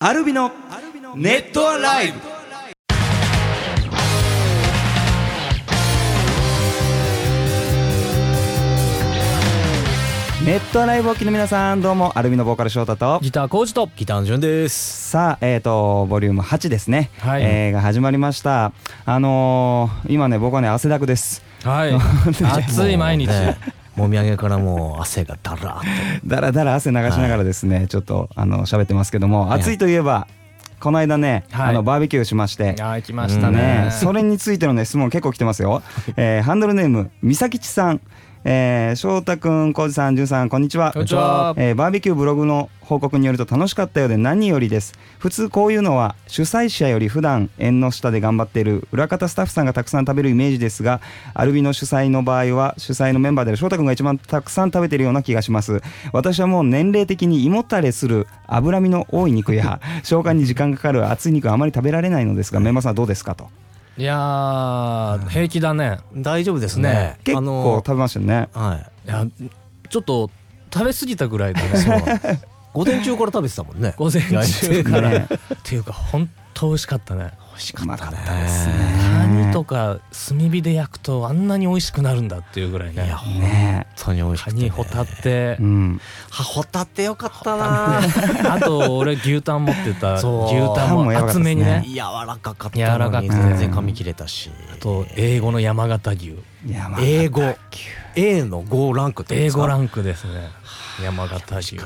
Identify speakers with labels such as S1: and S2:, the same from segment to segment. S1: アルビのネットアライブネットアライブをお聞きの皆さんどうもアルビのボーカル翔太と
S2: ギター工事とギターの順です。
S1: さあえっ、とボリューム8ですね、
S2: はい
S1: えーが始まりましたあのー今ね僕はね汗だくです
S2: はい。暑い毎日。もみあげからもう汗がだらーっ
S1: だらだら汗流しながらですね、ちょっとあの喋ってますけども、
S2: はい
S1: 暑いといえばこの間ね、
S2: はい
S1: あのバーベキューしまして
S2: と。あー、来ま
S1: ねそれについてのね質問結構来てます よ、えーハンドルネームみさきちさん、えー、翔太くんこうじさんじゅんさんこんにちは
S2: こんにちは
S1: えーバーベキューブログの報告によると楽しかったようで何よりです普通こういうのは主催者より普段縁の下で頑張っている裏方スタッフさんがたくさん食べるイメージですがアルビの主催の場合は主催のメンバーである翔太くんが一番たくさん食べているような気がします私はもう年齢的に胃もたれする脂身の多い肉や消化に時間がかかる熱い肉はあまり食べられないのですがメンバーさんはどうですかと
S3: いやー平気だね
S2: 大丈夫ですね
S3: ね。
S1: 結
S2: あ
S1: 構
S2: の
S1: 食べましたよね
S2: ーはい
S3: やちょっと食べ過ぎたぐらいだ ね
S2: い。そう。午前中から食べてたもん ね。
S3: 午前中から、
S1: ね
S3: っていうか本当美味しかったね
S2: 美味し
S1: うまかったです
S3: カニ
S1: ね
S3: とか炭火で焼くとあんなに美味しくなるんだっていうぐらい
S2: い
S3: ね
S2: や本
S1: ね
S2: 当に美味し
S3: カ
S2: くて、
S3: ニ
S2: ね。
S3: ホタテ、
S1: うん
S2: あホタテよかったな。
S3: あと俺牛タン持ってた牛
S2: そう
S3: タンも厚めに
S1: タンもやばかったですね
S3: ね
S2: 柔らかかったのに。
S3: 柔らかくて
S2: 全然噛み切れたし。
S3: あと英語の山形牛
S1: いやまあ
S2: 英語 A の5ランクってことで
S3: 英
S2: すか
S3: 語ランクですね山形牛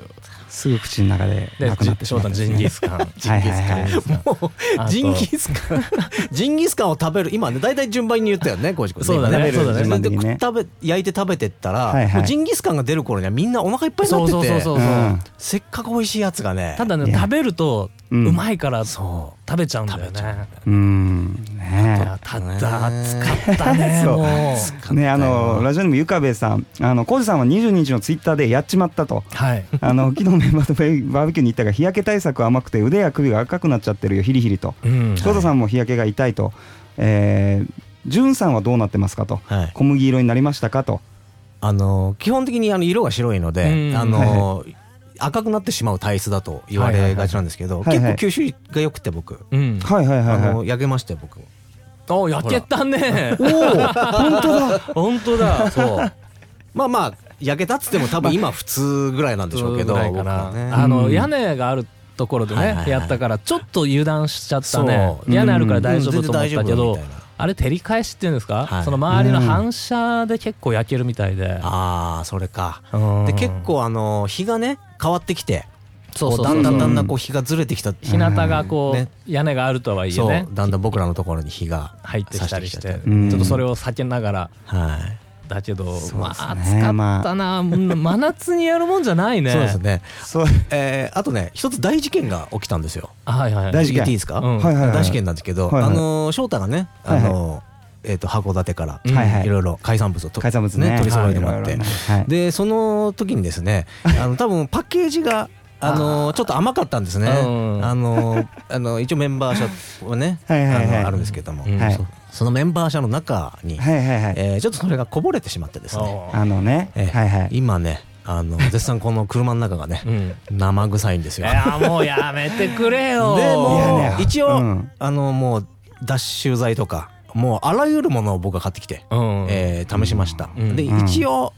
S1: すぐ口の中で
S3: で
S1: なくなってし
S3: 翔
S1: まった
S3: 太
S1: んで
S3: ジ
S1: す
S3: ンギ
S1: ね
S3: スカン
S1: はいはいはい
S2: も
S3: あ
S2: う
S3: と
S2: ジンギスカ ンジンギスカンを食べる今ね大体順番に言ったよね浩司君
S3: そうだね
S2: 今
S3: そうだね
S2: それ
S1: 順番
S2: で
S1: 的にね
S2: 食べ焼いて食べてったら、
S1: はいはい
S2: もうジンギスカンが出る頃にはみんなお腹いっぱいにな
S3: そ
S2: っ
S3: う
S2: てて
S3: そうそうそうそう、
S1: うん
S2: せっかく美味しいやつがね
S3: ただ
S1: い
S3: ね
S1: や
S3: 食べるとう
S1: うん
S3: まいから
S2: そ
S3: 食べちゃうんだよ
S2: 食べちゃうんだよ
S3: ね。
S1: うん
S3: い
S1: ね
S3: やた
S2: ね
S3: だ暑かったね
S1: そう
S3: もう。
S1: えねあのラジオネームゆかべさんあのコウジさんは22日のツイッターでやっちまったと
S3: はい。
S1: あの昨日メンバーとバーバーベキューに行ったが日焼け対策甘くて腕や首が赤くなっちゃってるよヒリヒリと
S3: うん。
S1: 翔太さんも日焼けが痛いとえーじゅんさんはどうなってますかと
S2: はい
S1: 小麦色になりましたかと
S2: あの基本的にあの色が白いの
S3: う
S2: で、
S3: ん
S2: あの、赤くなってしまう体質だと言われがちなんですけど、
S1: はいはいはいはい
S2: 結構吸収が良くて僕、
S3: うん。
S1: はいはいはい
S2: あ
S1: は
S2: の焼けましたよ僕
S3: お焼けたね。お本当だ。本当だ。そう。
S2: まあまあ焼けたっつっても多分今普通ぐらいなんでしょうけど、
S3: ぐらいか
S2: 僕はね
S3: な。あ
S1: う
S3: の
S1: ん
S3: 屋根があるところで
S2: はいはいは
S3: ね
S2: い
S3: やったからちょっと油断しちゃったね。
S2: そう
S3: 屋根あるから大丈
S2: うん
S3: 夫
S2: 全
S3: と思
S2: 然
S3: っ
S2: 大丈
S3: た
S2: 夫
S3: け
S2: み
S3: ど
S2: たいな。
S3: あれ照り返しっていうんです
S2: は
S3: か
S2: い
S3: その周りの
S1: うん
S3: 反射で結構焼けるみたいで。
S2: ああそれか
S3: うん
S2: で結構あの日がね変わってきて
S3: そうそう
S2: こ
S3: そう
S2: だんだんだんだん
S1: う
S2: こう日がずれてきた
S3: 日向がこ
S2: ね
S3: う屋根があるとはいえ
S2: そう
S3: ね
S2: だんだん僕らのところに日が
S3: 入ってきたりして
S2: 差
S3: ち
S2: し
S1: う
S2: て
S1: ん
S3: ょっとそれを避けながら
S2: はい
S3: だけど、
S1: すね
S3: まあ暑かったな、うん真夏にやるもんじゃないね
S2: そうですね
S1: いそう
S2: えーあとね一つ大事件が起きたんですよ
S3: あはいはい
S1: 大事件
S2: 言っていいですか、
S3: うん
S1: はいはいはい
S2: 大事件なんですけど、
S1: はいはい
S2: あのー翔太がね、あのーえー、と函館から、
S3: うん
S1: はいはい
S2: いろいろ海産物をと
S1: 海産物ね
S2: 取り揃えてもらっ
S1: は
S2: て、
S1: いいろいろねはい
S2: でその時にで すねあの多分パッケージがあのーちょっと甘かったんですね、
S3: うん
S2: あのーあの一応メンバー社はね
S1: はいはいはい
S2: あのあるんですけども、
S3: うん
S1: はい
S2: そそのメンバー社の中に、
S1: はいはいはい
S2: えーちょっとそれがこぼれてしまってですね、
S3: あ
S1: あのね
S2: えー
S1: はいはい
S2: 今ねあの絶賛この車の中 がね
S3: うん
S2: 生臭いんで
S3: い
S2: すよ。
S3: やもうやめてくれ よ
S2: でも
S1: いやね
S2: 一応、
S1: うん
S2: あのもう脱臭剤とかもうあらゆるものを僕が買ってきて、
S3: うん
S2: えー試しました、
S3: うん
S2: で
S1: うん
S2: 一応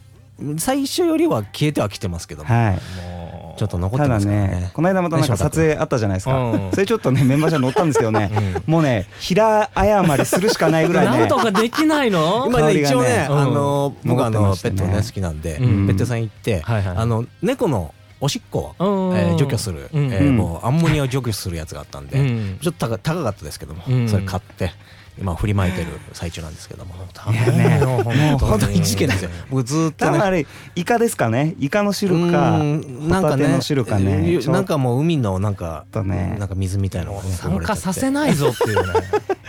S2: 最初よりは消えてはきてますけども、
S1: はい
S3: もう
S2: ちょっと残ったて
S1: だ
S2: ますからね
S1: ねこの間またなんか撮影あったじゃないですか、
S3: うん
S1: それちょっとねメンバーじゃ乗ったんですけどね、もうね平謝りするしかないぐらい
S3: なん
S1: ね
S3: とかできな いの
S2: 今
S1: 香
S2: ね
S1: りがね
S2: 一応ね、
S3: うん
S2: あの僕はあ
S1: 残ってま
S2: の
S1: し
S2: ペ
S1: た
S2: ッ
S1: ね
S2: トね好きなんで、
S3: うん
S2: ペット屋さん行って、
S3: はいはい
S2: あの猫のおしっこ
S3: う
S2: を、
S3: ん
S2: えー除去する、
S3: うん
S2: えーもうアンモニアを除去するやつがあったんで、
S3: うん
S2: ちょっと高高かったですけども、
S3: うん
S2: それ買って今振りまいてる最中なんですけども、
S1: いやねもう
S2: 本
S1: 本
S2: 当
S1: 当
S2: に
S1: に
S2: 事件ですよ僕ずーっと
S1: 多
S2: ね
S1: 分あれイカですかねイカの汁か
S2: うん
S1: ホタテの汁かね
S2: ゆ
S1: ちょっと
S2: なんかもう海のなんか
S1: とね
S2: なんか水みたいなのがね
S3: 参加さ
S2: な
S3: せないぞっていうね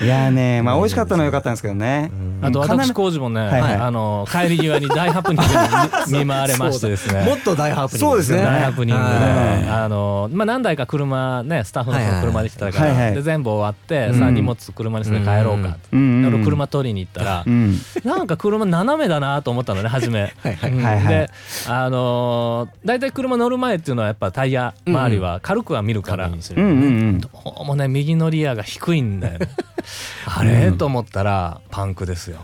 S1: いやーねまあ美味しかったのは良かったんですけどね、
S3: あと
S1: かなり
S3: 私工事もね、
S1: はいはい
S3: あの帰り際に大ハプニングに見舞われましてです
S2: も
S3: ね
S2: っと大ハプニング
S1: そうですよね
S3: 大ハプニングで、
S2: はい
S3: あのまあ、何台か車ねスタッフの
S2: はいは
S3: 方
S2: い
S3: 車で来てたから、
S1: はいはい
S3: で全部終わって、
S1: うん
S3: さあ荷物車にして帰ろうかって、
S1: うん
S3: で
S1: うん
S3: 俺車取りに行ったら、
S1: うん
S3: なんか車斜めだなと思ったのね初め。
S2: はいは
S3: う
S2: い
S3: ん
S1: はいはい
S3: であのー大体車乗る前っていうのはやっぱタイヤ周りは軽くは見るから、
S1: うんうんうん
S3: どうもね右のリアが低いんだよ ねあれ、と思ったらパンクですよ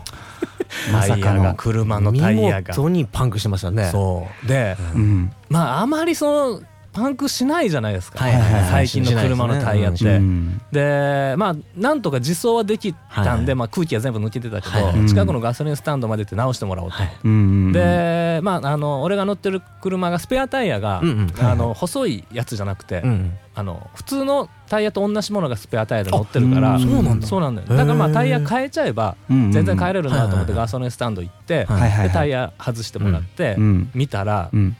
S1: ま
S3: タ
S1: さ
S3: イヤ
S1: か
S3: が
S1: の、
S3: 車のタイヤ
S2: 見
S3: が
S2: 事にパンクしてましたね
S3: そうで
S1: うん
S3: まああまりそのパンクしないじゃないですか、
S2: はいはいはい
S3: 最近の車のタイヤって、
S2: しな
S1: う
S2: い
S1: ん
S3: でまあなんとか自走はできたんで、
S2: はい
S3: まあ、空気は全部抜けてたけど、
S2: はい
S1: はい
S3: 近くのガソリンスタンドまで行って直してもらおうと、
S2: はい
S1: うんうん、
S3: でまああの俺が乗ってる車がスペアタイヤが、
S2: うんうんはいはい
S3: あの細いやつじゃなくて、
S2: うん
S3: あの普通のタイヤと同じものがスペアタイヤで乗ってるから
S1: あうんそうなんだ
S3: そうなんだよだからまあ
S2: へー
S3: タイヤ変えちゃえば
S1: うんうん
S3: 全然変えれるなと思って
S2: はいはいはい
S3: ガソリンスタンド行って、
S2: はい
S1: はいはいはい
S3: でタイヤ外してもらって、
S1: うん
S3: 見たら、
S1: うん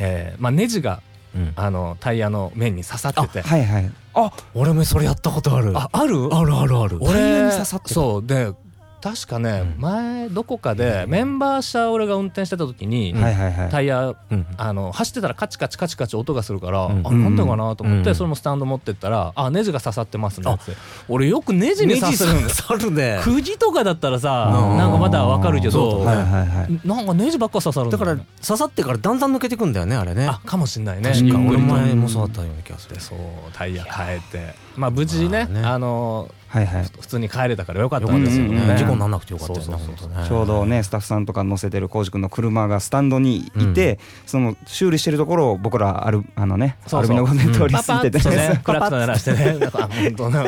S3: えーまあ、ネジが
S2: うん
S3: あのタイヤの面に刺さってて
S1: はいはい
S2: あ俺もそれやったことある
S3: あある
S2: あるあるある
S3: 俺
S1: タイヤに刺さってた
S3: そうで確かね、
S2: うん
S3: 前どこかでメンバー車俺が運転してた時に、
S1: はいはいはい
S3: タイヤ
S2: うん
S3: あの走ってたらカチカチカチカチ音がするから、
S2: うん
S3: あなんでかなと思って、
S2: うん
S3: それもスタンド持ってったら「あネジが刺さってますね」って俺よくネジに刺すん
S2: 刺
S3: です
S2: さ るね
S3: 釘とかだったらさ
S2: うん
S3: なんかまだわかるけ
S2: そ
S3: ど、
S2: う
S1: はいはいはい
S3: なんかネジばっか刺さるん
S2: だ
S3: だ
S2: か
S3: よね、
S2: ら刺さってからだんだん抜けてくんだよねあれね
S3: あかもしんないね
S2: 確か
S3: ゆ
S2: 俺
S3: っくりと
S2: 前もそうだったような気がする
S3: でそうタイヤ変えてまあ無事ね,、
S2: まあね
S3: あの
S1: はいはい
S3: 普通に帰れたからよかっ
S2: よ
S3: た
S2: かっ
S3: ん
S2: た
S3: で
S2: です
S3: よ
S2: すよ
S3: ね、
S2: ね、事故にならなくてよかったよね
S3: そうそうそう
S2: 本当ね
S1: ちょうどねスタッフさんとか乗せてる浩司君の車がスタンドにいて、その修理してるところを僕らあるあのね
S3: そうそう
S1: アルミのゴ
S2: う
S1: で
S2: ん
S1: 通り
S3: パ
S1: 過
S3: パ
S1: ぎてて
S3: ッとね
S1: ね、
S3: クラクション鳴らしてねなんか本当の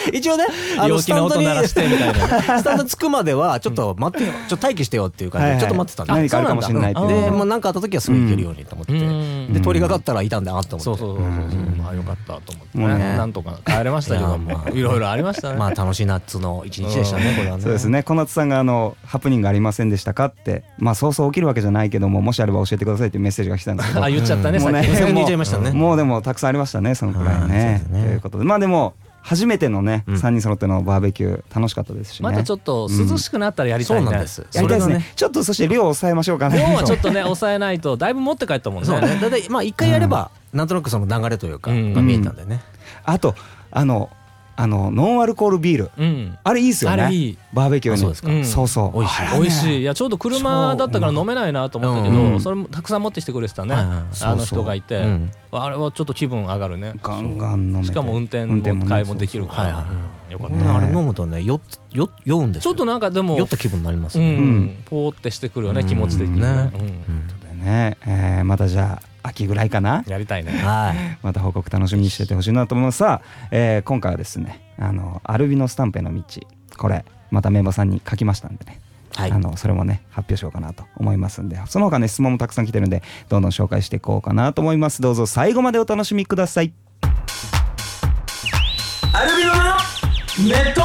S2: 一応ねあの
S3: 陽
S2: ス
S3: 気
S2: タ
S3: な
S2: ンド
S3: 音
S2: に
S3: 鳴らしてみたいな
S2: スタンド着くまではちょっと待ってよちょっと待機してよっていう感じ
S1: はいは
S2: で
S1: い
S2: ちょっと待ってたん
S1: あ
S2: で
S1: 何かあるかもしれないっていう
S3: あ
S2: で
S3: そうなんだ
S2: もう何かあった時はすぐ行けるようにと思って
S3: うん
S2: で通りがかったらいたんだなと思って
S3: そうそうそうそう、
S1: うん
S3: あよかったと思って、
S1: も
S3: ね
S1: うね
S3: なんとか帰れましたけど
S2: いやま
S3: も
S2: あ
S3: いろいろありましたね、
S2: まあ楽しい夏の一日でしたねこれはね
S1: そうですね小夏さんがあの「ハプニングありませんでしたか?」ってまあそうそう起きるわけじゃないけどももしあれば教えてくださいっていうメッセージが来たんですけ
S3: あ
S1: ど
S3: 言っちゃったね、
S1: も
S3: さ
S1: う
S3: っき
S1: ね
S2: 先に言っちゃいましたね
S1: もうでもたくさんありましたねそのくらい
S2: はい
S1: ね
S2: そ。う
S1: と
S2: ですね
S1: いうことでまあでも初めてのね、
S2: うん
S1: 3人揃ってのバーベキュー楽しかったですしね。
S3: またちょっと涼しくなったらやりたいね、
S2: うんそうなんです
S1: やりたいですね
S2: それが
S1: ちょっとそして量を抑えましょうかね。
S3: 今日はちょっとね抑えないとだいぶ持って帰ったもんね
S2: そうねだいたいまあ一回やればなんとなくその流れというか
S3: うん
S2: まあ見えたんでね
S1: あとあのあのノンアルコールビール
S3: うん
S1: あれいいですよね。
S3: あれいい
S1: バーベキューに
S2: あそうですか
S3: うん
S1: そうそう
S2: 美味しい
S1: あれね
S3: 美味しいいやちょうど車だったから飲めないなと思ったけ
S1: そうう
S3: ど
S1: ん
S3: それもたくさん持ってきてくれてたね
S2: はいはい
S3: あの人がいて
S2: うん
S3: あれはちょっと気分上がるね
S1: ガンガン飲めて
S3: しかも運転も
S1: ね
S3: 買いもできるか
S2: はいはい
S3: らよかっ
S2: うん
S3: た
S2: あれ飲むとね酔っ酔酔うんです
S3: ちょ
S2: よ
S3: っとなんかでも
S2: 酔った気分になります
S3: う
S2: よね
S3: んポーってしてくるよね気持ち的にねう
S2: う
S3: ん
S2: うん
S1: そうだよね、えーまたじゃあ秋ぐらいかな
S3: やりたいね
S2: はい
S1: また報告楽しみにしててほしいなと思いますさあ、えー今回はですねあのアルビノスタンプへの道これまたメンバーさんに書きましたんでね、
S2: はい
S1: あのそれもね発表しようかなと思いますんでその他ね質問もたくさん来てるんでどんどん紹介していこうかなと思いますどうぞ最後までお楽しみください
S4: アルビノのネット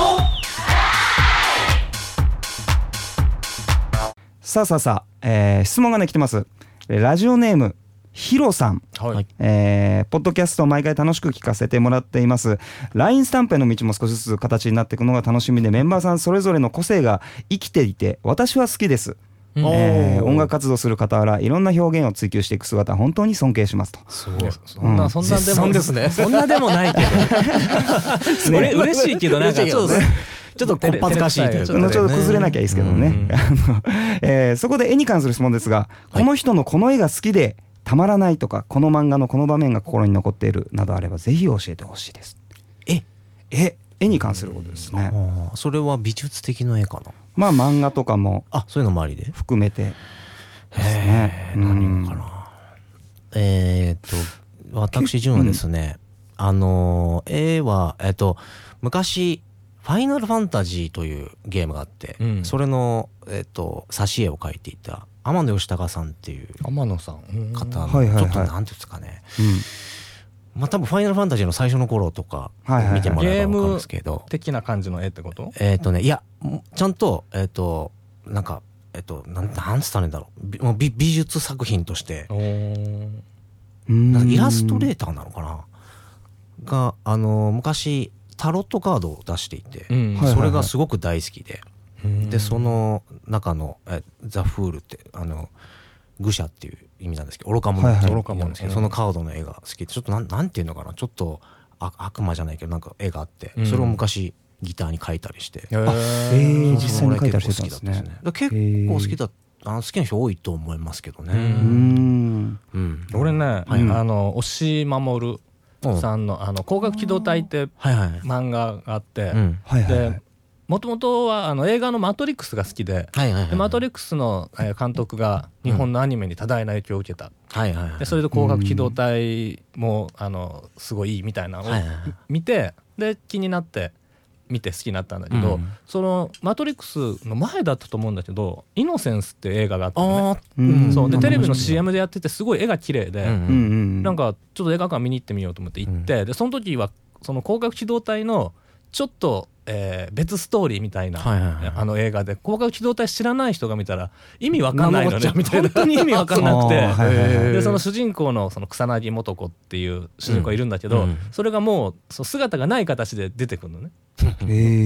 S1: さあさあさあ、えー質問がね来てますえーラジオネームヒロさん
S3: はい
S1: えーポッドキャストを毎回楽しく聞かせてもらっています LINE スタンプへの道も少しずつ形になっていくのが楽しみでメンバーさんそれぞれの個性が生きていて私は好きです、
S3: うん
S1: えー音楽活動する傍らいろんな表現を追求していく姿本当に尊敬しますと
S3: すごい。そんな、そんなで
S2: 絶
S3: も。
S2: 賛です ね
S3: そんなでもないけ ど。
S1: ね
S3: れ 嬉しいけど、なんかちょっと
S2: 嬉しいけどね。ちょっとこっぱずかしいという
S3: ち
S2: か
S3: ょっ
S1: 後
S3: ね
S1: ほど崩れなきゃいいですけどね、 あのえーそこで絵に関する質問ですが、この人のこの絵が好きでたまらないとかこの漫画のこの場面が心に残っているなどあればぜひ教えてほしいです
S2: え
S1: え絵に関することですね
S2: ああそれは美術的な絵かな
S1: まあ漫画とかも
S2: あそういうのもありで
S1: 含めてですね。うん
S2: かなえーっと私純はですね、あのー絵はえーっと昔「ファイナルファンタジー」というゲームがあって、
S3: うん
S2: それの、えーっと挿絵を描いていた天野義高さんっていう
S3: 天野さん
S2: 方の、
S1: はいはいはい
S2: ちょっとなんていうんですかね
S1: うん
S2: まあ多分「ファイナルファンタジー」の最初の頃とか
S1: はいはいはい
S2: 見てもらえば分かるんですけど、
S3: 的な感じの絵ってこと
S2: えーっ、とねいやもうちゃんとえーっ、となんかえーっ、となんなんつったらいいんだろうびもう美美術作品としてなんかイラストレーターなのかなが、あの昔、タロットカードを出していて、
S3: うん
S1: はい
S2: それがすごく大好きで、でその中のえ「ザ・フール」ってあの愚者っていう意味なんですけど愚か者
S1: はい
S2: っ
S1: は
S2: て
S1: い
S2: いう意味なんですけど、
S3: 愚か者
S2: そのカードの絵が好きでちょっとなんなんていうのかなちょっとあ悪魔じゃないけどなんか絵があって、
S3: うん
S2: それを昔ギターに描いたりして、
S3: へー
S1: えー
S2: そう
S1: 実際に描いたりしてたんですね
S2: それも俺結構好きだったですねだから結構好きだったあの好きな人多いと思いますけどね、
S1: う
S3: うん
S1: ん
S2: うん
S3: 俺ね、
S1: い
S3: あの押井守
S2: うん
S3: さんの「あの光学機動隊」って
S2: はいはい、
S3: 漫画があって、
S2: うん
S1: はいはいはい
S3: でもともとはあの映画の「マトリックス」が好きで
S2: はいはいはい
S3: でマトリックスのえー監督が日本のアニメに多大な影響を受けた、
S2: はいはいはい
S3: でそれで光学機動隊もあのすごいいいみたいなのを
S2: はいはいはい
S3: 見てで気になって見て好きになったんだけど、
S2: うん
S3: その「マトリックス」の前だったと思うんだけど「イノセンス」っていう映画があったのね
S2: あ
S1: う
S2: ー
S1: ん
S3: そうで
S1: うん
S3: テレビの
S1: うん
S3: CM でやっててすごい絵が綺麗で、
S2: うん
S1: うんうん
S3: なんかちょっと映画館見に行ってみようと思って行って、でその時はその光学機動隊のちょっと、えー別ストーリーみたいな、
S2: はいはいはい
S3: あの映画で光学機動隊知らない人が見たら意味わかんないのね
S2: なんのこっちゃみたいな
S3: 本当に意味わかんなくて。
S1: あーはいはいはい
S3: でその主人公のその草薙素子っていう主人公がいるんだけど、
S2: うんうん
S3: それがもうそう姿がない形で出てくるのね、
S1: え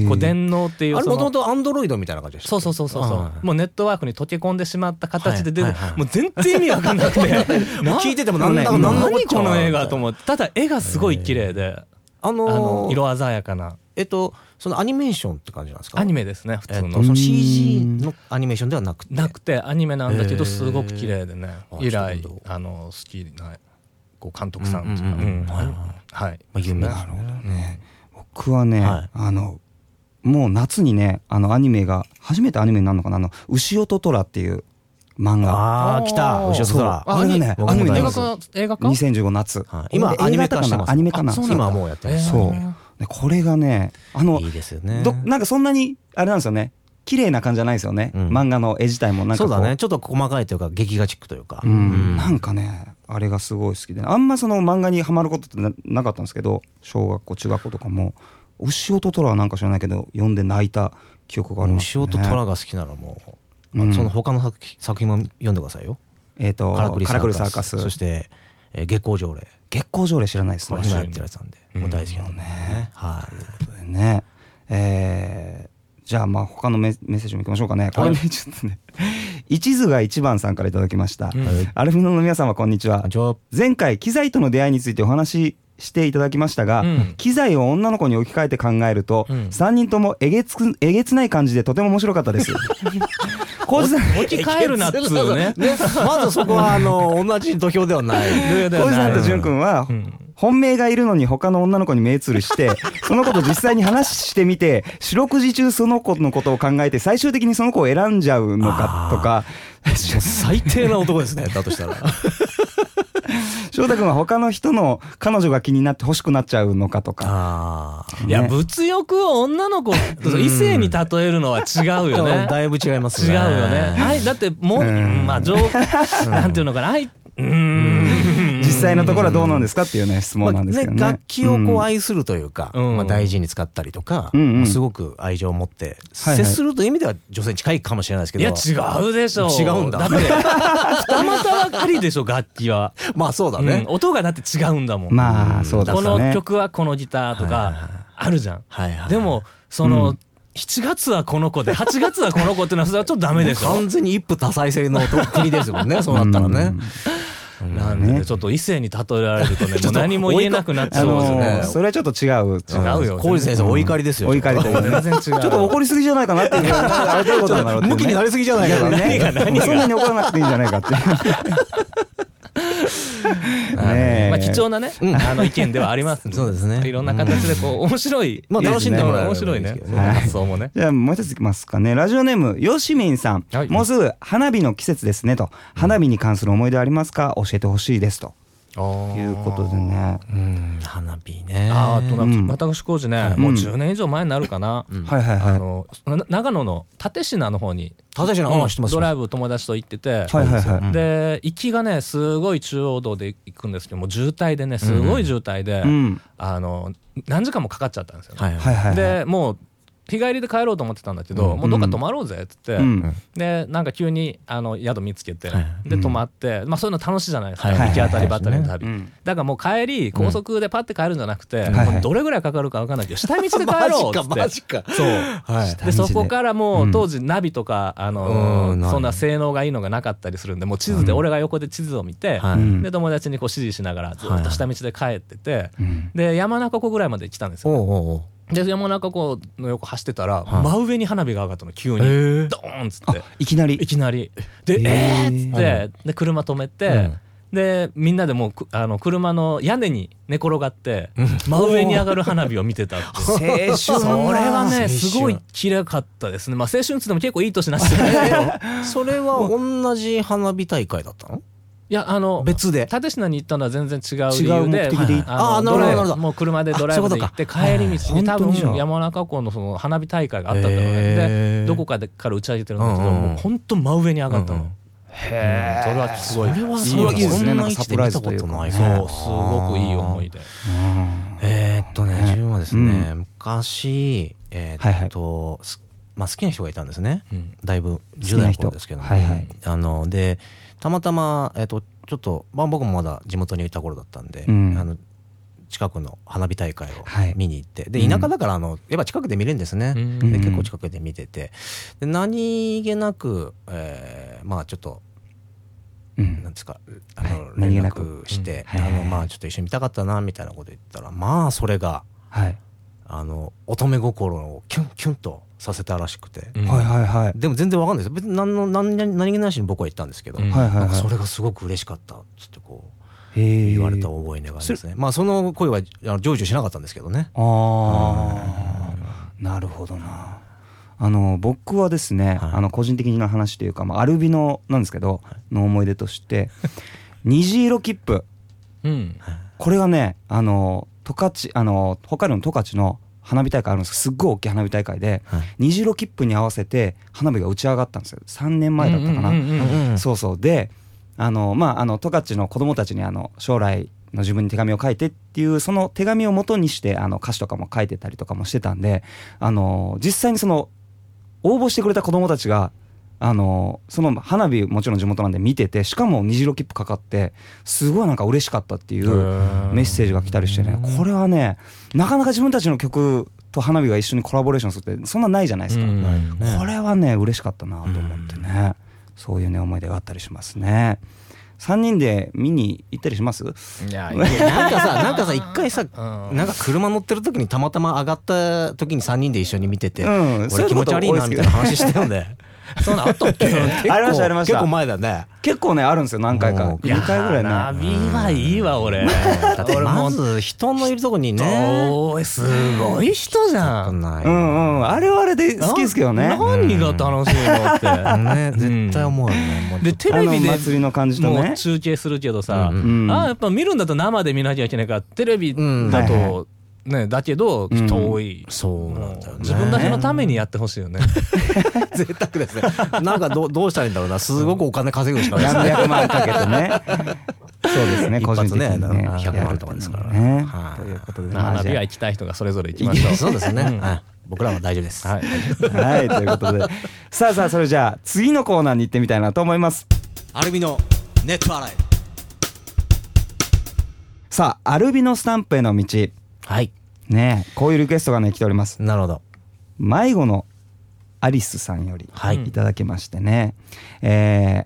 S1: ー
S3: こう電脳っていう
S2: あれ
S3: その
S2: もともとアンドロイドみたいな感じでした
S3: そうそうそうそうそう、もうネットワークに溶け込んでしまった形で出て、
S2: はいはいはい
S3: もう全然意味わかん なくて
S2: もう聞いててもなんだか
S1: うん
S2: なんだ
S3: 何この映画と
S2: 思
S3: 思ってただ絵がすごい綺麗で、
S2: あ
S3: あ
S2: の
S3: の
S2: ー
S3: 色鮮やかな
S2: えっとそのアニメーションって感じなんですか
S3: アニメですね普
S2: え
S3: 通
S2: っと
S3: の、
S2: その CG のアニメーションではなくて
S3: なくてアニメなんだけど
S2: へー
S3: すごく綺麗でね
S2: あ
S3: 以来
S2: そうなんだ
S3: あの好きなこう監督さんとか
S2: うんうんうんうん
S3: うん
S2: はいはい
S3: はい
S2: まあ有名
S1: なるほど
S2: ね
S1: 僕はね、
S2: はい
S1: あのもう夏にねあのアニメが初めてアニメになるのかなあの「牛音虎」っていう漫画
S2: あ
S3: あ
S2: ー
S3: ー
S2: 来た
S3: そう
S2: 後ろ
S1: そう
S2: 空
S1: あれがね
S2: 僕
S1: アニ
S2: も
S1: メ
S2: 大
S1: な
S3: 映
S1: んで
S2: 好
S1: き化
S3: 画
S2: き
S3: 化映画化
S1: 2015夏、
S2: はい今アニメ化してます
S1: アニメ化なんですよ
S2: 今はもうやってない
S3: えー
S1: そうでこれがねあの
S2: いいですよね
S1: どなんかそんなにあれなんですよね綺麗な感じじゃないですよね、
S2: うん
S1: 漫画の絵自体もなんかこ
S2: そうだねちょっと細かいというか劇画チックというか
S1: うん
S2: うん
S1: なんかねあれがすごい好きであんまその漫画にはまることってななかったんですけど小学校中学校とかも「牛音虎」はなんか知らないけど読んで泣いた記憶があります、
S2: 牛
S1: ね、
S2: 音虎が好きならもう、
S1: うん
S2: その他の作品作品も読んでくださいよ
S1: えっ、
S2: 「
S1: と、
S2: カラクリサーカス」そ
S1: そ
S2: し
S1: して
S2: て、えー月光条例
S1: 月光条例知らないです
S2: こ
S1: ね。と
S2: れ
S1: い
S2: 今
S1: う
S2: やってるやつなんで、もう大好きなんでね、はい、
S1: ことでね、えーじゃあまあ他のメメッセージもいきましょうかね。これね、ちょっとね、一途が一番さんからいただきました。
S3: うん
S1: アルフィノの皆様こんにちは
S2: あ。じゃあ
S1: 前回機材との出会いについてお話ししていただきましたが、
S3: うん
S1: 機材を女の子に置き換えて考えると、
S3: うん
S1: 3人ともえげつくえげつない感じでとても面白かったです。浩二さん
S3: 置き換えるなっつう ね
S2: まずそこはあの同じ土俵では ない
S3: 上だ
S1: 浩
S3: よ
S1: 二さんと
S3: ね
S1: 淳君は
S3: うん
S1: 本命がいるのに他の女の子に目移り して、その子と実際に話してみて、四六時中その子のことを考えて、最終的にその子を選んじゃうのかとか、
S2: 最低な男ですねだとしたら
S1: 翔太君は他の人の彼女が気になって欲しくなっちゃうのかとか。
S2: あ あ
S3: いや
S1: ね
S3: 物欲を女 の子と異性に例えるのは違うよね
S2: だいぶ違います
S3: 違う
S2: ね
S3: よね。はい、だっても
S1: う
S3: う、
S1: ん
S3: まあ上、 なんていうのかな、はい、うーん
S1: 実際のところはどうなんですかっていうね、質問なんですけどね。
S2: まあ楽器をこう
S1: うん
S2: 愛するというか、
S3: うん
S2: まあ、大事に使ったりとか、
S1: うんうん
S2: すごく愛情を持って
S1: はいは
S2: 接
S1: い
S2: するという意味では女性に近いかもしれないですけ
S3: い
S2: ど
S3: や違うでしょ
S2: 違うんだ
S3: だって二股はありでしょ楽器は、
S2: まあそうだ
S3: うん
S2: ね、
S3: 音がだって違うんだもん、
S1: まあ、そうだ
S3: こ
S1: った
S3: の
S1: ね。
S3: 曲はこのギターと
S2: はいはいはい
S3: かあるじゃん、
S2: はいはい
S3: でもその、
S1: うん
S3: 7月はこの子で8月はこの子っていうのはそれはちょっとダメでしょ
S2: 完全に一夫多妻制の国です もんねそうなったらね、
S1: うん
S3: なんで、
S1: ね
S3: ちょっと異性に例えられるとねもう何も言えなくなっちゃ
S1: あ
S3: う
S1: の
S2: そうですね
S1: それはちょっと違う。
S3: 違うよ
S2: 浩二先生お怒りですよ
S1: お怒りというかね
S3: 全然違う
S1: ちょっと怒りすぎじゃないかなっていう。 あれどういうことなんだろうっていう
S2: 向
S1: ね
S2: きになりすぎじゃないかな
S1: ね、 そんなに怒らなくていいんじゃないかって。ねえ
S3: まあ、貴重なね、
S2: うん
S3: あの意見ではありますん
S2: そうですね
S3: いろんな形でこう面白い、
S2: まあ楽しんでもらえれば
S3: 面白いね
S2: いいですけどね
S3: 発想もね
S1: じゃあもう一ついきますかね。ラジオネーム、よしみんさん、
S3: はい
S1: もうすぐ花火の季節ですねと。花火に関する思い出ありますか教えてほしいですということでね。
S2: うん花火ね
S3: あーあとなん
S1: うん
S3: か私工事ね、
S1: うん
S3: もう10年以上前になるか
S1: は
S3: な、
S1: いはい
S3: あ
S1: は
S3: のな長野の立科の方に
S2: 立石の話してます
S3: ドライブ友達と行ってて、
S1: い。はいはいはい。
S3: で行きがねすごい中央道で行くんですけどもう渋滞でねすごい渋滞で、
S1: うん。
S3: あの何時間もかかっちゃったんですよね、
S2: はい
S1: はいはいはい。
S3: でもう日帰りで帰ろうと思ってたんだけど、
S2: うん
S3: もうどっか泊まろうぜっつって、
S1: うん
S3: でなんか急にあの宿見つけて、
S2: はい
S3: で泊まって、まあ、そういうの楽しいじゃないですか、
S2: はい
S3: 行き当たりばったりの
S1: う
S3: 旅、
S1: ん
S3: だからもう帰り高速でパッて帰るんじゃなくて、
S1: んはい
S3: もうどれぐらいかかるか分かんないけど下道で帰 ろうっつって
S2: か。
S3: そう
S2: はい。
S1: 下道
S3: でそ
S1: で
S3: こからも
S1: うん
S3: う当時ナビとか、あのー
S2: うんない
S3: そんな性能がいいのがなかったりするんでもう地図で俺が横で地図を見て、
S2: はい
S1: うん
S3: で友達にこう指示しながらずっと下道で帰ってて、
S1: うん
S3: で山中湖ぐらいまで来たんです
S2: お
S3: よ。
S2: うおうおう。
S3: で山中湖の横走ってたら、
S2: はい
S3: 真上に花火が上がったの急に、
S2: え
S3: ドーンっつっ
S1: あ
S3: て
S1: いきないり
S3: きなり
S1: へ
S3: で
S1: ー
S3: えーっつってで車止めて、
S2: うん
S3: でみんなでもうくあの車の屋根に寝転がって真上に上がる花火を見てたっていう
S1: 青春だ
S3: それはね
S2: 青春
S3: すごい綺麗かったですねまあ青春っつっても結構いい年なしだけ ど
S2: それは同じ花火大会だったの
S3: いやあの
S2: 別で。
S3: 蓼科に行ったのは全然違う理
S1: 違う
S3: 由
S1: 目
S3: で
S1: 的で行っ
S3: あ
S2: あー
S3: のド
S2: なるほど
S3: ライ
S2: なるほど
S3: もう車でドライブで行って
S2: あそうい
S3: 帰
S2: うことか
S3: り道に多
S1: はいはい本当にじゃあ
S3: 分山中湖のその花火大会があったんだろうね
S2: へー
S3: でどこかでから打ち上げてるんだけど
S2: うんうんうん
S3: もうほんと真上に上がった
S2: うんう
S3: の
S2: ん
S1: へ
S3: それはすごい
S2: それは
S1: それはいいですね
S2: そんな
S1: なんか
S2: 位
S1: サ
S2: 置
S1: プ
S2: で
S1: ライ
S2: 見
S1: ズ
S2: た
S1: と
S2: こ
S1: いうか
S2: とないな
S3: そうすごくいい思い出
S1: うん
S2: えーっとね、自分はですね、昔、え
S1: はいは
S2: ー
S1: い
S2: っと、すまあ好きな人がいたんですね。
S3: うん
S2: だいぶ
S1: きな
S2: 10代の
S1: 人
S2: 頃ですけども、
S1: はいはい
S2: あのでたまたま、えっとちょっと、まあ、僕もまだ地元にいた頃だったんで、
S1: うん
S2: あの近くの花火大会を
S1: はい
S2: 見に行って、
S1: うん
S2: で田舎だからあの、やっぱ近くで見れるんですね、
S3: うん
S2: で
S1: うん
S2: 結構近くで見ててで何気なく、えーまあちょっと
S1: うん
S2: なんですかあの、
S1: はい何気
S2: 連
S1: なく
S2: 絡して、
S1: うんはい
S2: あのまあ、ちょっと一緒に見たかったなみたいなこと言ったらまあそれが
S1: はい
S2: あの乙女心をキュンキュンとさせたらしくて。
S3: うん
S1: はいはいはい
S2: でも全然わかんないですよ別に何の何々何気なしに僕は言ったんですけど、
S3: うん
S1: はいは
S2: ないんか
S1: はい
S2: それがすごく嬉しかったっつってこう
S1: へえ
S2: 言われた覚え願いですね、まあその声はあの成就しなかったんですけどね
S1: ああなるほどなあの僕はですね、
S2: はい
S1: あの個人的な話というか、まあ、アルビノなんですけど、の思い出として虹色切符
S3: うん
S1: これがねあの十勝あの北海道の十勝の花火大会あるんですけどすっごい大きい花火大会で
S2: はい
S1: 虹色切符に合わせて花火が打ち上がったんですよ3年前だったかな、
S3: うんうんうんうん
S1: そうそうであのまああの十勝の子供たちにあの将来の自分に手紙を書いてっていうその手紙を元にしてあの歌詞とかも書いてたりとかもしてたんであの実際にその応募してくれた子供たちがあのその花火もちろん地元なんで見ててしかも虹色切符かかってすごいなんか嬉しかったっていうメッセージが来たりしてねこれはねなかなか自分たちの曲と花火が一緒にコラボレーションするってそんなないじゃないですか。
S3: うん
S2: ないね
S1: これはね嬉しかったなと思ってね、そういうね思い出があったりしますね3人で見に行ったりします
S3: いやい
S2: いやなんかさなんかさ一回さ
S3: やうん
S2: なんか車乗ってる時にたまたま上がった時に3人で一緒に見てて、
S1: うんそうい
S2: 俺
S1: う
S2: 気
S1: こ
S2: 持
S1: と
S2: ち悪い
S1: 多いで
S2: な
S1: すけ
S2: み
S1: ど
S2: たいな話したよね
S3: そんなんあったっけ
S2: 結構
S1: ありましたありました
S2: 結構前だね
S1: 結構ねあるんですよ何回か
S2: おー
S1: 2回ぐらい
S3: ナ
S1: ね
S3: ビはいいわ俺
S2: だって
S3: 俺も
S2: ま
S3: う
S2: ず人のいるとこにね
S3: おーすごい人じゃ
S2: 少
S3: ん
S2: ない
S1: うんうんあれはあれで好きですけどね
S3: な何が楽しいのって
S2: ね絶対思うよね、もうちょ
S3: で
S2: っと
S3: テレビ
S1: あ
S3: で
S1: の祭りの感じとね
S3: もう中継するけどさ、
S2: う
S1: う
S2: ん
S1: ん
S3: ああやっぱ見るんだと生で見なきゃいけないからテレビ
S2: うん
S3: だと、
S1: はいは
S3: ねだけど
S1: うん
S3: 人多い、
S2: そう
S3: もう
S2: なんだよね
S3: 自分だけのためにやってほしいよね
S2: 贅沢ですね。 なんかどうどうしたらいいんだろうな。すごくお金稼ぐしかないですね。
S1: 何百万かけて ねそうですね
S2: 一
S1: 個人
S2: 発
S1: 的に
S2: ね
S1: ね
S2: 100万とかですから
S1: ね
S2: はい
S1: ということでまあ
S3: 花
S1: じゃ
S3: 火
S1: あ
S3: は行きたい人がそれぞれ行きましょう
S2: そうですね。
S3: うん
S2: はい僕らは大丈夫です。
S3: はい
S1: はいということでさあさあそれじゃあ次のコーナーに行ってみたいなと思います
S2: アルミのネット洗い。
S1: さあアルビノスタンプへの道
S2: はい。
S1: ねえこういうリクエストがね来ております
S2: なるほど。
S1: 迷子のアリスさんより
S2: はい
S1: いただきましてね、えー、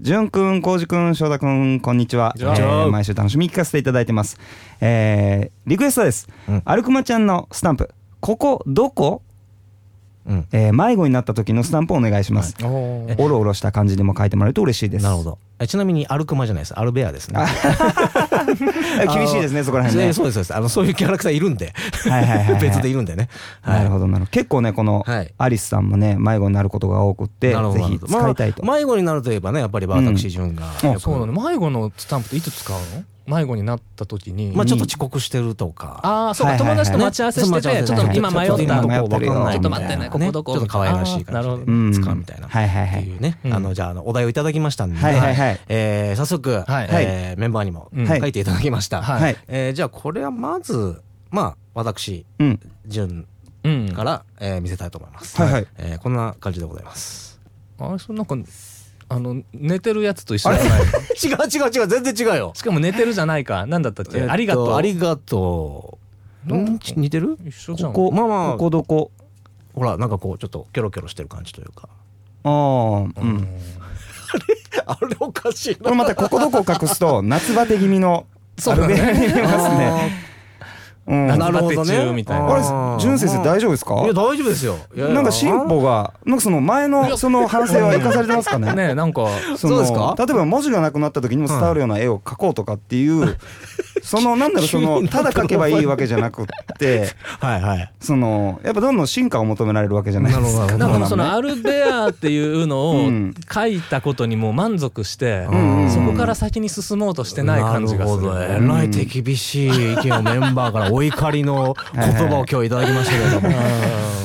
S1: じゅんくん、こうじくん、翔太くん、こんにちは。
S3: こんにちは
S1: えー毎週楽しみに聞かせていただいてます。えー、リクエストです。
S2: うん
S1: アルクマちゃんのスタンプ、ここどこ、
S2: うん。
S1: えー迷子になった時のスタンプをお願いします。
S3: おー
S1: おろおろした感じでも書いてもらえると嬉しいです。
S2: なるほ。ど。えちなみにアルクマじゃないです。アルベアですね。
S1: 厳しいですね、そこら辺
S2: え
S1: ね
S2: ー。そうですそうです。あのそういうキャラクターいるんで。
S1: はいはいはいはい
S2: 別でいるんでね。はい
S1: なるほどなるほど結構ねこの
S2: はい
S1: アリスさんもね迷子になることが多くって、
S2: なるほ
S1: ぜ
S2: ど
S1: ひ使いたいと、
S2: まあ迷子になるといえばね、やっぱり私順が
S1: うん
S2: よく。
S3: そうなの迷子のスタンプっていつ使うの迷子になった時に、
S2: まあちょっと遅刻してるとか。
S3: ああそうか、
S1: はいはいはい
S3: 友達と待ち合わせしてて、
S2: ね
S3: ちょっと今迷
S1: ちょっと
S3: っ
S1: 今
S3: た
S1: 迷った
S3: とこ
S1: るよ
S3: ちょっと待ってねここどこ
S2: ちょっと可愛らしい感
S3: あーなるほ
S2: じで
S3: ど
S1: うん
S2: ね使うみたいな。
S1: はいはいは
S2: っ
S1: い
S2: ていうね、
S3: うん
S2: あのじゃああのお題をいただきましたんで、
S1: はいはいはい
S2: えー早速、
S3: はい
S2: えーメンバーにも
S3: うん
S1: はい
S2: 書いていただきました、
S1: はい
S2: えーじゃあこれはまずまあ私
S1: うん
S2: 潤
S3: うん
S2: から、えー見せたいと思います。
S1: はいはい
S2: えーこんな感じでございます。
S3: あれそれなんかあの寝てるやつと一緒
S2: あ
S3: じゃ
S2: れ
S3: ない
S2: 違う違う違う全然違うよ。
S3: しかも寝てるじゃないかなんだったっけ、
S2: えーっと
S3: ありがとう
S2: ありがとう。んち似てる
S3: 一緒じゃ
S1: こ
S3: ん
S1: こ、
S2: まあまあ
S1: ここどこ
S2: ほらなんかこうちょっとキョロキョロしてる感じというか
S1: ああ、う。
S3: うんん
S2: あれおかしい
S1: これまたここどこ隠すと夏バテ気味の
S3: そ
S1: ア
S3: うだ
S1: ル
S3: ね
S1: ベに見えますね。うん。
S2: な
S1: あ
S2: るほ
S3: 夏
S2: ど
S3: バテ
S2: ね
S3: 中みたいな
S1: れ純先生大
S2: 丈
S1: 丈夫ですか？
S2: いや大丈夫ですよいやいや
S1: なんか進歩がなんかその前のその反省は生かされてますかね。
S3: ねえなんか
S1: その
S2: そうですか
S1: 例えば文字がなくなった時にも伝わるような絵を描こうとかっていう、 そのなんだろうそ のただ描けばいいわけじゃなくって
S2: はいはい
S1: そのやっぱどんどん進化を求められるわけじゃないです
S2: なる
S1: か。
S2: ほど
S3: な
S2: なん
S3: かも
S2: るほ
S3: う
S2: ど
S3: そのアルベアっていうの
S1: う
S3: を
S1: ん
S3: 書いたことにもう満足して、
S2: うん
S3: そこから先に進もうとしてない感じがする。
S2: な
S1: ど
S2: るほどえらい手厳しい意見をメンバーからお怒りの言葉を今日いただきましたけれどもじゃ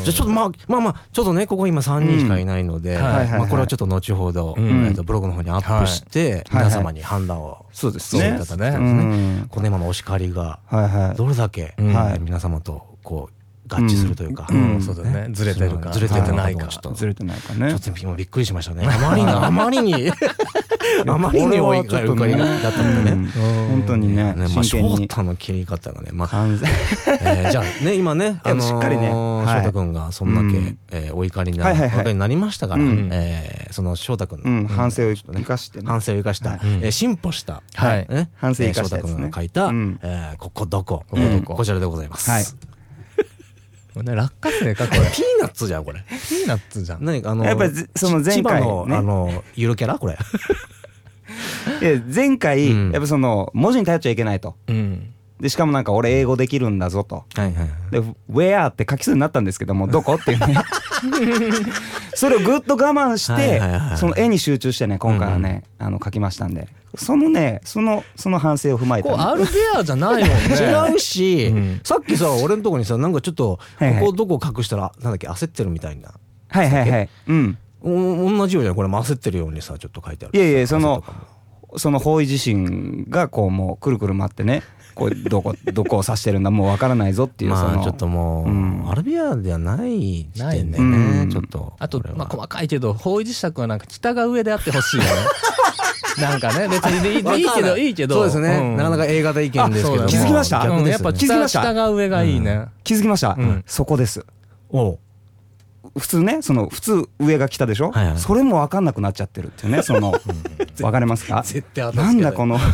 S2: あちょっとまあまあまあちょっとねここ今3人しかいないので
S3: うんはいはいはい
S1: はい
S2: まあこれはちょっと後ほど
S3: うん
S2: えーとブログの方にアップして
S1: はい
S2: 皆様に判断を
S1: そうです
S2: していた
S1: ね
S2: だきたい
S1: うん
S2: ですねこの今のお叱りが
S1: はいはい。
S2: どれだけ、
S3: うん
S1: はい
S2: 皆様とこう合致するというか、
S1: うんうん
S2: ん
S1: そう
S3: だねずれてるか
S2: ずれてる
S3: は
S2: ないいかちょっと
S1: ずれてないかね
S2: ちょ。っと今びっくりしましたねあまりにあまりにあまりに多い
S1: これは
S2: が
S1: ちょっとね
S2: だったのでね、
S1: うん本当にね
S2: ねまあ、
S1: 真
S2: 翔
S1: 剣に
S2: 太の切り方がね、まあ
S1: 完全
S2: えーじゃあね 今ね、
S1: いやしっかりね
S2: 翔
S1: はい
S2: 太君がそんだけ、
S1: うん
S2: えーお怒りに
S1: は
S2: ない
S1: はいはい
S2: お怒りになりましたから、
S1: うん
S2: えーその翔太君の、
S1: うん反省を
S2: ちょっとね
S1: 生かしてね
S2: 反省を生かした、
S1: はい
S2: えー進歩した、
S3: はい
S2: ね
S1: 反省を生かした
S2: え
S1: やつね
S2: ー翔太君が書いた、
S1: うん
S2: えーここどこ、
S1: こど
S2: こちらでございます、
S1: はい
S3: ね落花生かこれ。
S2: ピーナッツじゃんこれ
S3: ピーナッツじゃん。
S2: 何かあの
S1: やっぱりぜその前回
S2: 千葉の
S1: ね
S2: あのゆるキャ ラこれ
S1: で前回、
S2: うん
S1: やっぱその文字に頼っちゃいけないと
S3: うん。
S1: でしかもなんか俺英語できるんだぞと
S2: はいはい
S1: で「Where」って書きそうになったんですけども「どこ?」って いうねそれをぐっと我慢して、
S2: はいはいはい
S1: その絵に集中してね今回はね、あの書きましたんでそのねそのその反省を踏まえた
S3: こうアルベアじゃないもんね。
S2: 違うし、
S3: うん
S2: さっきさ俺のとこにさなんかちょっと
S1: はいはい
S2: ここどこ隠したらなんだっけ焦ってるみたいな
S1: はいはいはいうん
S2: お同じようじゃんこれも焦ってるようにさちょっと書いてある
S1: いやいやその
S2: 汗とかも
S1: その方位自身がこうもうくるくる回ってねこうどこどこを指してるんだもうわからないぞっていうその、
S2: まあちょっとも
S1: う
S2: う、
S1: ん
S2: アルビアではない時点で
S1: ない
S2: ね
S1: ね
S2: ちょっと
S3: あと
S2: これ、は
S3: まあ、細かいけど、方位磁石はなんか北が上であってほしいよね。なんかね、別にでいいでいいけど、いいけど。
S2: そうですね、
S3: うん
S2: なかなか映画で意見ですけども
S3: あそうだね
S1: 気づきました
S2: 逆
S3: う
S2: ですよ
S3: ん
S2: ね
S3: やっぱ
S1: 気づき
S3: 北
S1: ました
S3: 北が上がいいね。
S1: 気づきました、
S3: うん
S1: そこです
S2: おう
S1: 普通ねその普通上が来たでしょ、
S2: はいはい
S1: それも分かんなくなっちゃってるっていうねその分かれますか
S2: 絶対後付けだよ
S1: なんだこの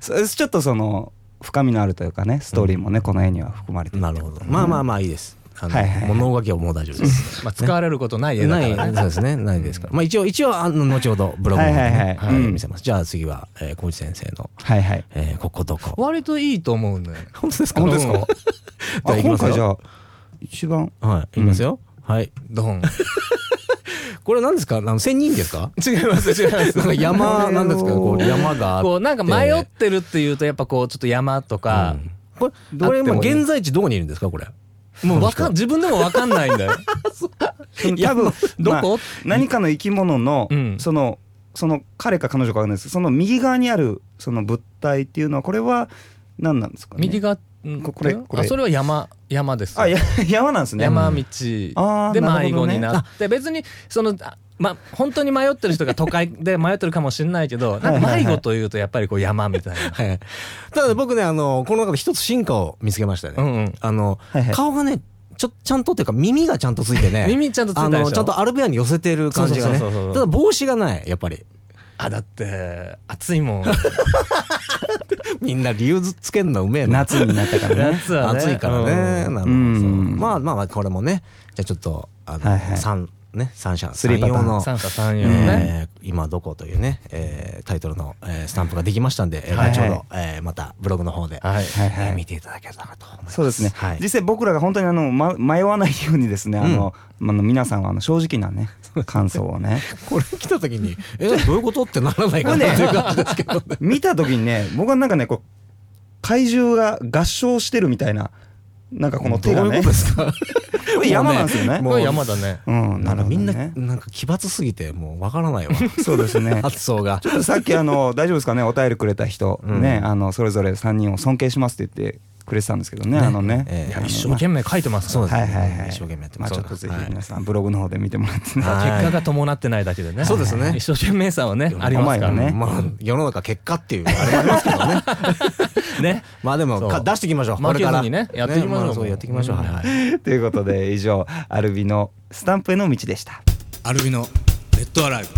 S1: そちょっとその深みのあるというかねストーリーもね、この絵には含まれてる
S2: なるほどまあまあまあいいですあの、
S1: はいはいはい
S2: 物書きはもう大丈夫です
S3: まあ、使われることない絵だ
S2: な
S3: か
S2: い
S3: らね。
S2: そうですねないですからまあ一応一応あの後ほどブログ
S1: は
S2: に
S1: いはいはい
S2: ねはい
S1: うん
S2: 見せますじゃあ次はえー小内先生の
S1: はいはい
S2: えーここどこ
S3: 割といいと思うんだよ。
S2: 本当です
S1: 本当ですか、
S3: うん
S2: じゃあ
S1: あ
S2: いき
S1: 今
S2: ますよ
S1: 回じゃあ一番
S2: はいいきますよはい
S3: ドン。
S2: これ何ですかあの仙人ですか
S3: 違います、違います
S2: なんか山なんですけどこう山があって
S3: こうなんか迷ってるっていうとやっぱこうちょっと山とか、
S2: これどれ今現在地どこにいるんですかこれ
S3: もうわかん自分でもわかんないんだよ
S1: その多分
S3: ど
S1: まあ
S3: こ、
S1: 何かの生き物の、
S3: うん
S1: そのその彼か彼女かわかんないですけどその右側にあるその物体っていうのはこれは何なんですかね
S3: 右側
S1: ここれこれ
S3: あそれは山山ですよ
S1: あや山なんですね
S3: 山道
S1: あー
S3: で
S1: なる
S3: 迷
S1: ほど
S3: 子
S1: ね
S3: になって別にそのあまあ本当に迷ってる人が都会で迷ってるかもしれないけど
S1: はいは
S3: ないんか
S1: はい
S3: 迷子というとやっぱりこう山みたいな
S2: はいただ僕ねあのこの中で一つ進化を見つけました
S3: う
S2: ね
S3: んうん
S2: あの
S1: はいはい
S2: 顔がねちょちゃんとっていうか耳がちゃんとついてね
S3: 耳ちゃんとついた
S2: あ
S3: でし
S2: の
S3: ょ
S2: ちゃんとアルベアに寄せてる感じがね
S3: そうそうそうそう
S2: ただ帽子がないやっぱり
S3: あだって暑いもん
S2: みんな理由つけんのうめえな
S1: 夏になったからね
S3: 夏はね
S2: 暑いからね、
S3: うん
S2: なるほど
S1: うん
S2: まあまあまあこれもねじゃあちょっとあの、
S1: はいはい
S2: 三ね三者
S1: スリー
S2: 三
S1: パターン
S2: 様の
S3: 三者三
S2: え
S3: 様のね、
S2: ー今どこというね、えータイトルの、えースタンプができましたんで、えー
S1: はいはい
S2: 後ほど、えーまたブログの方 で、
S3: はい
S1: はいは
S2: えー
S1: い
S2: 見ていただけたらと思います。
S1: そうですね、
S2: はい
S1: 実際僕らが本当にあの、ま、迷わないようにですねあの、あの皆さんはあの正直なね感想をね
S2: これ来た時 に「えどういうこと?」ってならないかなっていう感じですけどね
S1: 見た時にね僕はなんかねこう怪獣が合唱してるみたいななんかこの手が
S2: どうい
S1: ね
S2: うことですか
S1: これ山なんですよね
S2: も
S3: これ山だね
S1: うんな
S2: な
S1: んる
S2: か
S1: ほど、ね、
S2: みんななんか奇抜すぎてもうわからないわ
S1: そうですね
S2: 発想が
S1: ち ょっとさっきあの大丈夫ですかねお便りくれた人、
S2: うん
S1: ねあのそれぞれ3人を尊敬しますって言ってくれてたんですけどねあのね
S2: ええ
S3: いや
S1: あの
S3: 一生懸命書いてます
S2: そう
S3: ね
S2: ですね、
S1: はいはいはい
S2: 一生懸命やって
S1: ま
S2: ま
S1: あ
S2: す
S1: ちょ
S2: ね、
S1: っとぜひ
S2: はい
S1: 皆さんブログの方で見てもらってね
S3: まあ
S2: はい
S3: 結果が伴ってないだけでね
S2: そうですね
S3: 一生懸命さはねありますか
S1: お前は
S3: らね
S1: ね
S2: まあ世の中結果っていうあれもありますけどね
S3: ね
S2: まあでも
S3: そう
S2: か出していきましょう
S3: 負
S2: こ
S3: け
S2: れか
S3: ず
S2: ら
S3: にねやっていきましょう
S2: ねそうやっていきましょう、
S3: うん
S2: はいは い
S1: ということで以上アルビのスタンプへの道でした
S5: アルビのレッドアライブ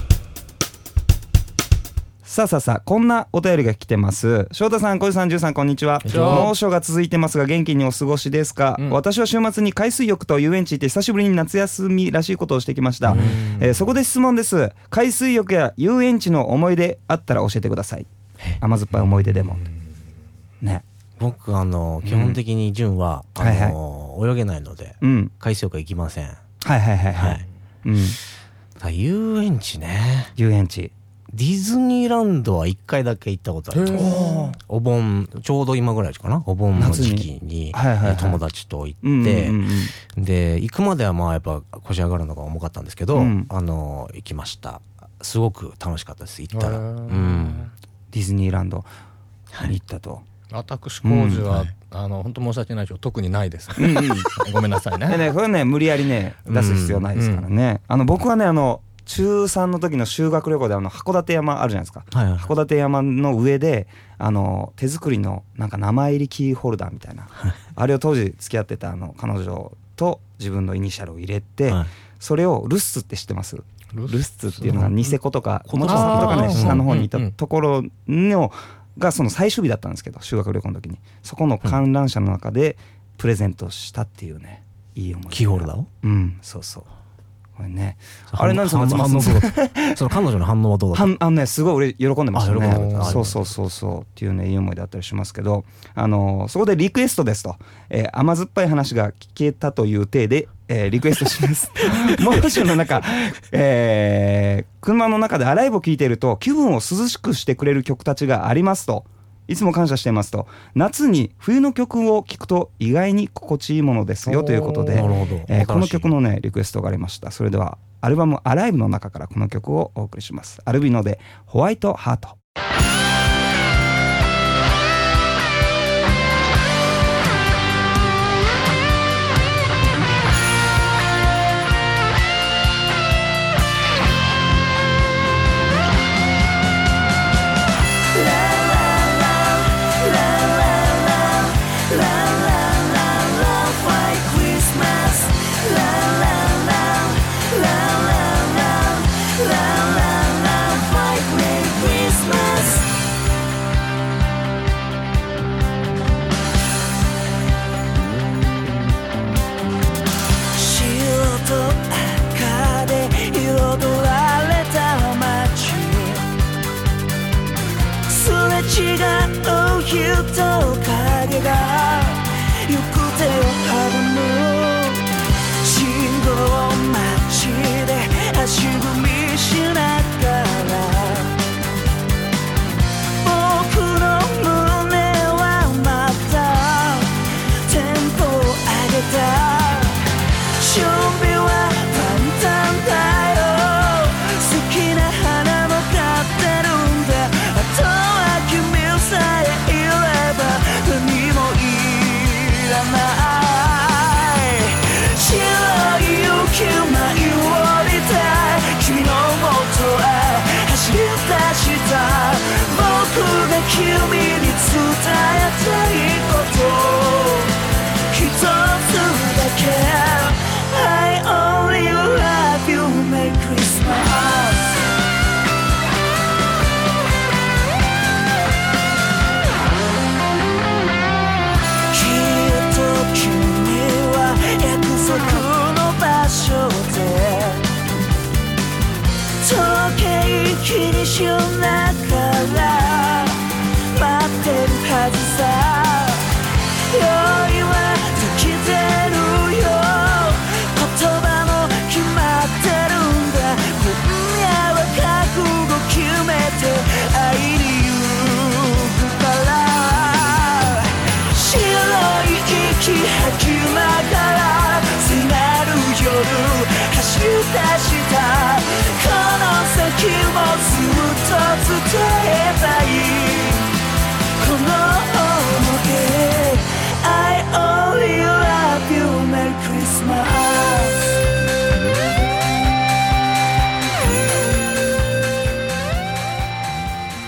S1: さあさあさあこんなお便りが来てます翔太さん小路さんじゅうさんこんにちは
S3: んにちは
S1: 猛暑が続いてますが元気にお過ごしですか、
S3: うん
S1: 私は週末に海水浴と遊園地行って久しぶりに夏休みらしいことをしてきました、えーそこで質問です海水浴や遊園地の思い出あったら教えてください甘酸っぱい思い出でもね
S2: 僕あの基本的に純は、
S1: うん
S2: あの泳げないので
S1: うん
S2: 海水浴は行きません、
S1: はいはいはいはい、
S2: はい
S1: うん、
S2: ただ遊園地ね
S1: 遊園地
S2: ディズニーランドは1回だけ行ったことありますお盆ちょうど今ぐらいかなお盆の時期に
S1: はいはいはい
S2: えー友達と行って、
S1: うんうんうん
S2: で行くまではまあやっぱ腰上がるのが重かったんですけど、
S1: うん
S2: あの行きましたすごく楽しかったです行ったらう
S3: うん
S2: ん
S1: ディズニーランドに行ったと、
S3: 私工事
S2: う
S3: は
S2: んはい
S3: あの本当申し訳ないけど特にないです
S1: うんうん
S3: ごめんなさい
S1: で
S3: ね
S1: ね、これね無理やりね出す必要ないですからね、あの僕はねあの中3の時の修学旅行であの函館山あるじゃないですか
S2: はいはい
S1: 函館山の上であの手作りのなんか名前入りキーホルダーみたいなあれを当時付き合ってたあの彼女と自分のイニシャルを入れて、
S2: はい
S1: それをルッスって知ってます
S3: ル
S1: ル
S3: ッ
S1: ッスっていうのはニセコとか
S2: うん
S1: 餅つきとか
S2: あー
S1: ね下の方にいた
S3: うんうん
S1: ところのがその最終日だったんですけど修学旅行の時にそこの観覧車の中でプレゼントしたっていうねいい思い出
S2: キーホルダーを
S1: うんそうそうこれねあれなんですか
S2: 反
S1: 松
S2: 反
S1: 本さ
S2: 応
S1: ん
S2: どうだったその彼女の反応はどうだっ
S1: はんあのねすごい俺喜んでました
S2: あ喜んで
S1: ね
S2: た
S1: そうそうそうそうっていうねいい思いだったりしますけどあのそこでリクエストですと、えー甘酸っぱい話が聞けたという体で、えーリクエストし ます猛暑の中、えー車の中でアライブを聞いていると気分を涼しくしてくれる曲たちがありますといつも感謝していますと夏に冬の曲を聴くと意外に心地いいものですよということ
S2: た
S1: で
S2: なるほど、
S1: えーこの
S2: 新しい
S1: 曲のねリクエストがありましたそれではアルバム「アライブ」の中からこの曲をお送りしますアルビノで「ホワイトハート
S6: Christmas.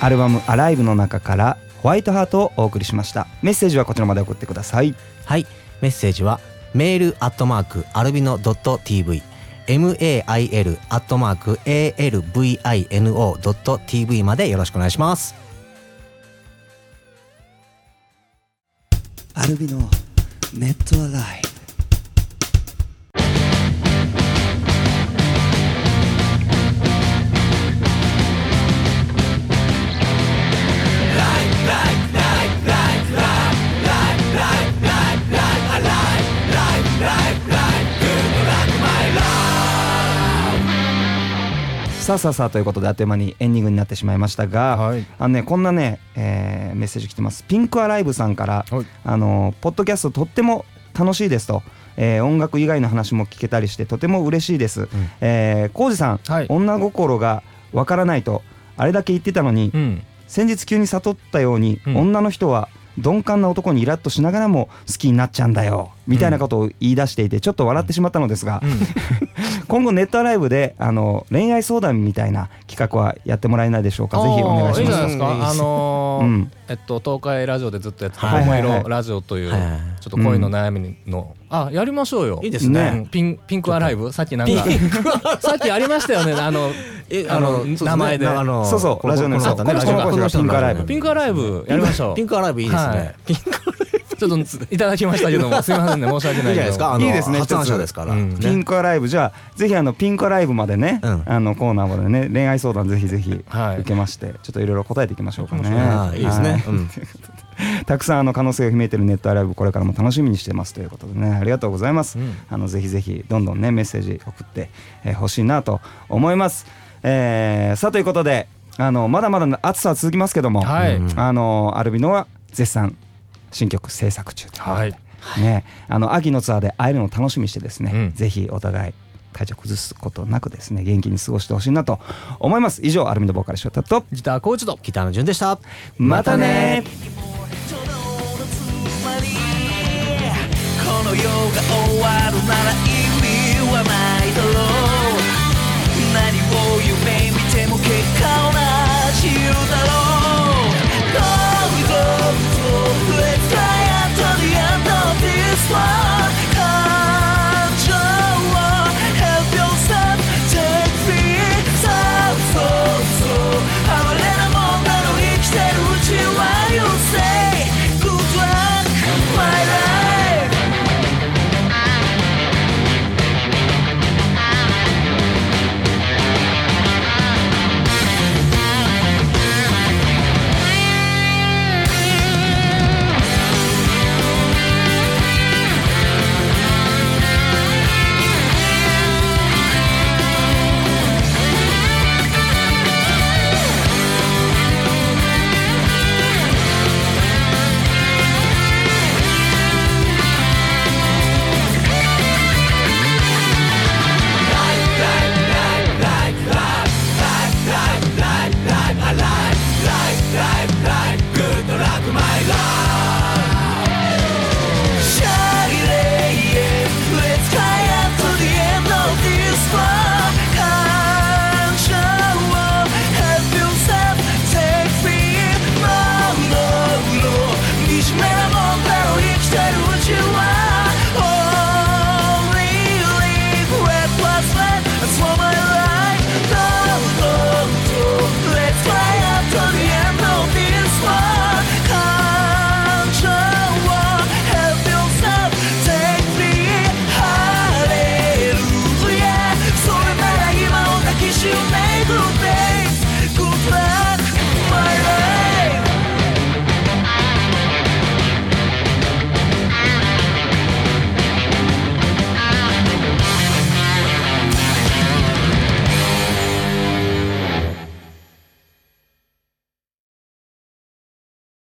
S1: アルバム「アライブの中から「ホワイトハート」をお送りしましたメッセージはこちらまで送ってください
S2: はい、メッセージはメールアットマークアルビノ .tv mail アットマーク alvino.tv までよろしくお願いします。
S1: アルビのネットアライさあさあさあということであっという間にエンディングになってしまいましたが、
S6: はい
S1: あのねこんなね、えーメッセージ来てますピンクアライブさんから、
S6: はい
S1: あのポッドキャストとっても楽しいですと、えー音楽以外の話も聞けたりしてとても嬉しいです、えー浩二さん、
S6: はい
S1: 女心がわからないとあれだけ言ってたのに、
S3: うん
S1: 先日急に悟ったように、
S3: うん
S1: 女の人は鈍感な男にイラッとしながらも好きになっちゃうんだよみたいなことを言い出していてちょっと笑ってしまったのですが、 今後ネットアライブであの恋愛相談みたいな企画はやってもらえないでしょうかぜひお願いし
S3: あーいいじゃ
S1: ま
S3: ない
S1: す
S3: ですか。あのー
S1: うん
S3: えっと東海ラジオでずっとやってた
S1: はい
S3: 桃
S1: はいはい
S3: 色ラジオという
S2: はい
S3: ちょっと恋の悩みのあやりましょうよ。
S2: いいです
S1: ねね
S3: うんピンピンクアライブさっきなんか さっきありましたよねあの
S2: え
S3: あの名前で
S1: そうそうラジオネームそう
S2: このこの人ね
S1: この
S2: この人
S1: ピンクアライ
S2: この人
S1: ブ
S3: ピンクアライブやりましょう。
S2: ピンクアライブいいです
S3: は
S2: ね
S3: い。ちょっといただきましたけどもすみませんね申し訳
S2: い
S3: ないい
S2: じゃ
S3: け
S2: ないです
S3: ど
S2: か。あ
S3: も。
S2: の
S1: いいですね
S2: 発案者
S1: 一つ
S2: ですから。
S3: うん
S1: ピンクアライブじゃあぜひあのピンクアライブまでね、
S2: うん
S1: あのコーナーまでね恋愛相談ぜひぜひ
S3: はい
S1: 受けまして、ちょっといろいろ答えていきましょうかね。
S2: あーいいです
S1: は
S2: ね。うん
S1: たくさんあの可能性を秘めてるネットアライブこれからも楽しみにしてますということでねありがとうございます、
S3: うん
S1: あのぜひぜひどんどんねメッセージ送ってえー欲しいなと思います、えーさあということであのまだまだ暑さは続きますけども、
S3: はい
S1: うんあのアルビノは絶賛新曲制作中ということで
S3: はい
S1: ね、あの秋のツアーで会えるのを楽しみにしてですね、
S3: うん
S1: ぜひお互い体調崩すことなくですね元気に過ごしてほしいなと思います以上アルミのボーカル翔太と
S3: ギターコーチと
S2: ギターの順でした。
S1: またね
S7: この世が終わるなら意味はないだろう何を夢見